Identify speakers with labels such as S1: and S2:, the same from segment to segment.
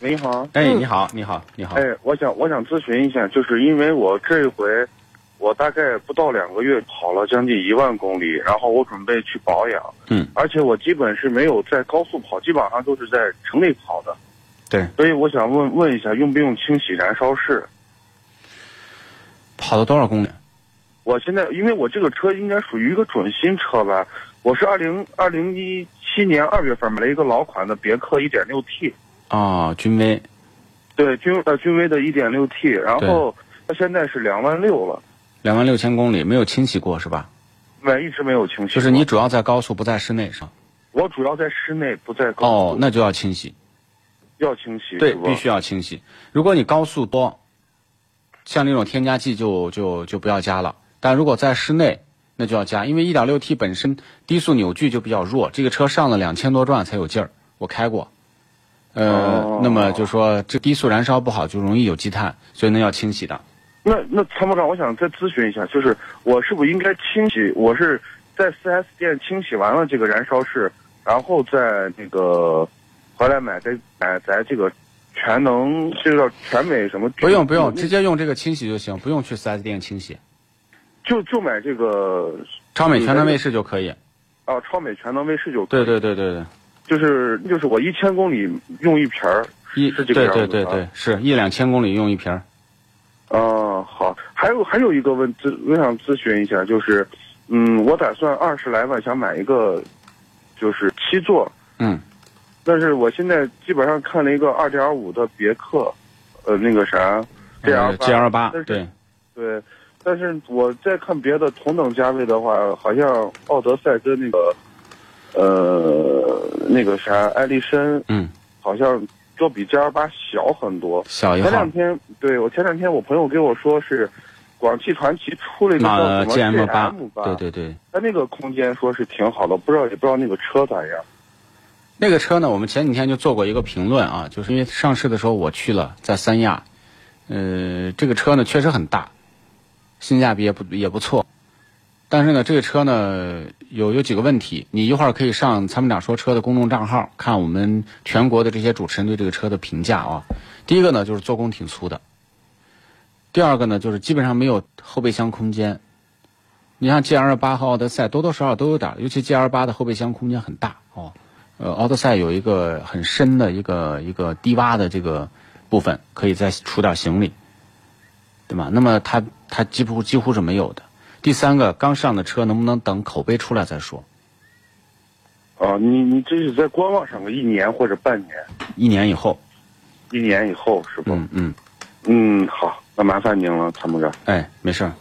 S1: 喂，你好。嗯
S2: 哎，你好，你好，你好。
S1: 哎，我想我想咨询一下，就是因为我这一回，我大概不到两个月跑了将近一万公里，然后我准备去保养，
S2: 嗯，
S1: 而且我基本是没有在高速跑，基本上都是在城里跑的，
S2: 对，
S1: 所以我想问问一下，用不用清洗燃烧室？
S2: 跑了多少公里？
S1: 我现在因为我这个车应该属于一个准新车吧，我是二零二零一七年二月份买了一个老款的别克一点六 T，
S2: 哦，君威，
S1: 对，君呃君威的一点六 T，然后它现在是两万六了，
S2: 两万六千公里，没有清洗过是吧？
S1: 没一直没有清洗过。
S2: 就是你主要在高速，不在室内是吧？
S1: 我主要在室内，不在高速。
S2: 哦，那就要清洗，
S1: 要清洗，
S2: 对，
S1: 是吧
S2: 必须要清洗。如果你高速多，像那种添加剂就就就不要加了。但如果在室内，那就要加，因为一点六 T 本身低速扭矩就比较弱，这个车上了两千多转才有劲儿，我开过。呃，
S1: 哦
S2: 那么就说这低速燃烧不好，就容易有积碳，所以呢要清洗的。
S1: 那那参谋长，我想再咨询一下，就是我是不是应该清洗？我是在 4S 店清洗完了这个燃烧室，然后再那个回来买再买咱这个全能，这个叫全美什么？
S2: 不用不用，直接用这个清洗就行，不用去 4S 店清洗，
S1: 就就买这个
S2: 超美全能卫士就可以。
S1: 啊超美全能卫士就可以
S2: 对对对对对，
S1: 就是就是我一千公里用一瓶儿。
S2: 一
S1: 是
S2: 对
S1: 这个
S2: 对
S1: 样子
S2: 对
S1: 啊
S2: 对，是一两千公里用一瓶儿。
S1: 嗯，好，还有还有一个问咨，我想咨询一下，就是，嗯，我打算二十来万想买一个，就是七座，
S2: 嗯，
S1: 但是我现在基本上看了一个二点五的别克，呃，那个啥，G L
S2: 呃 G L 八
S1: 但是
S2: 对，
S1: 对，但是我再看别的同等价位的话，好像奥德赛跟那个，呃，那个啥，艾力绅
S2: 嗯，
S1: 好像要比 G L 八小很多，
S2: 小一
S1: 前两
S2: 号，
S1: 天，对我前两天我朋友给我说是，广汽传祺出了一个
S2: 那呃
S1: 叫什
S2: G
S1: 么
S2: M 八
S1: GM，吧，
S2: 对，对对，
S1: 它那个空间说是挺好的，不知道也不知道那个车咋样。
S2: 那个车呢，我们前几天就做过一个评论啊，就是因为上市的时候我去了，在三亚，呃，这个车呢确实很大，性价比也不也不错，但是呢，这个车呢有有几个问题，你一会儿可以上参谋长说车的公众账号看我们全国的这些主持人对这个车的评价啊。第一个呢就是做工挺粗的，第二个呢就是基本上没有后备箱空间，你像 GL 八和奥德赛多多少少都有点儿，尤其 GL 八的后备箱空间很大哦。呃，奥德赛有一个很深的一个一个低洼的这个部分，可以再储点行李，对吧？那么它它几乎几乎是没有的。第三个，刚上的车能不能等口碑出来再说？
S1: 啊，你你这是在观望上个一年或者半年，
S2: 一年以后，
S1: 一年以后是不？
S2: 嗯嗯，
S1: 嗯，好，那麻烦您了，参谋长。
S2: 哎，没事儿，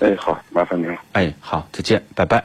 S1: 哎，好，麻烦您了。
S2: 哎，好，再见，拜拜。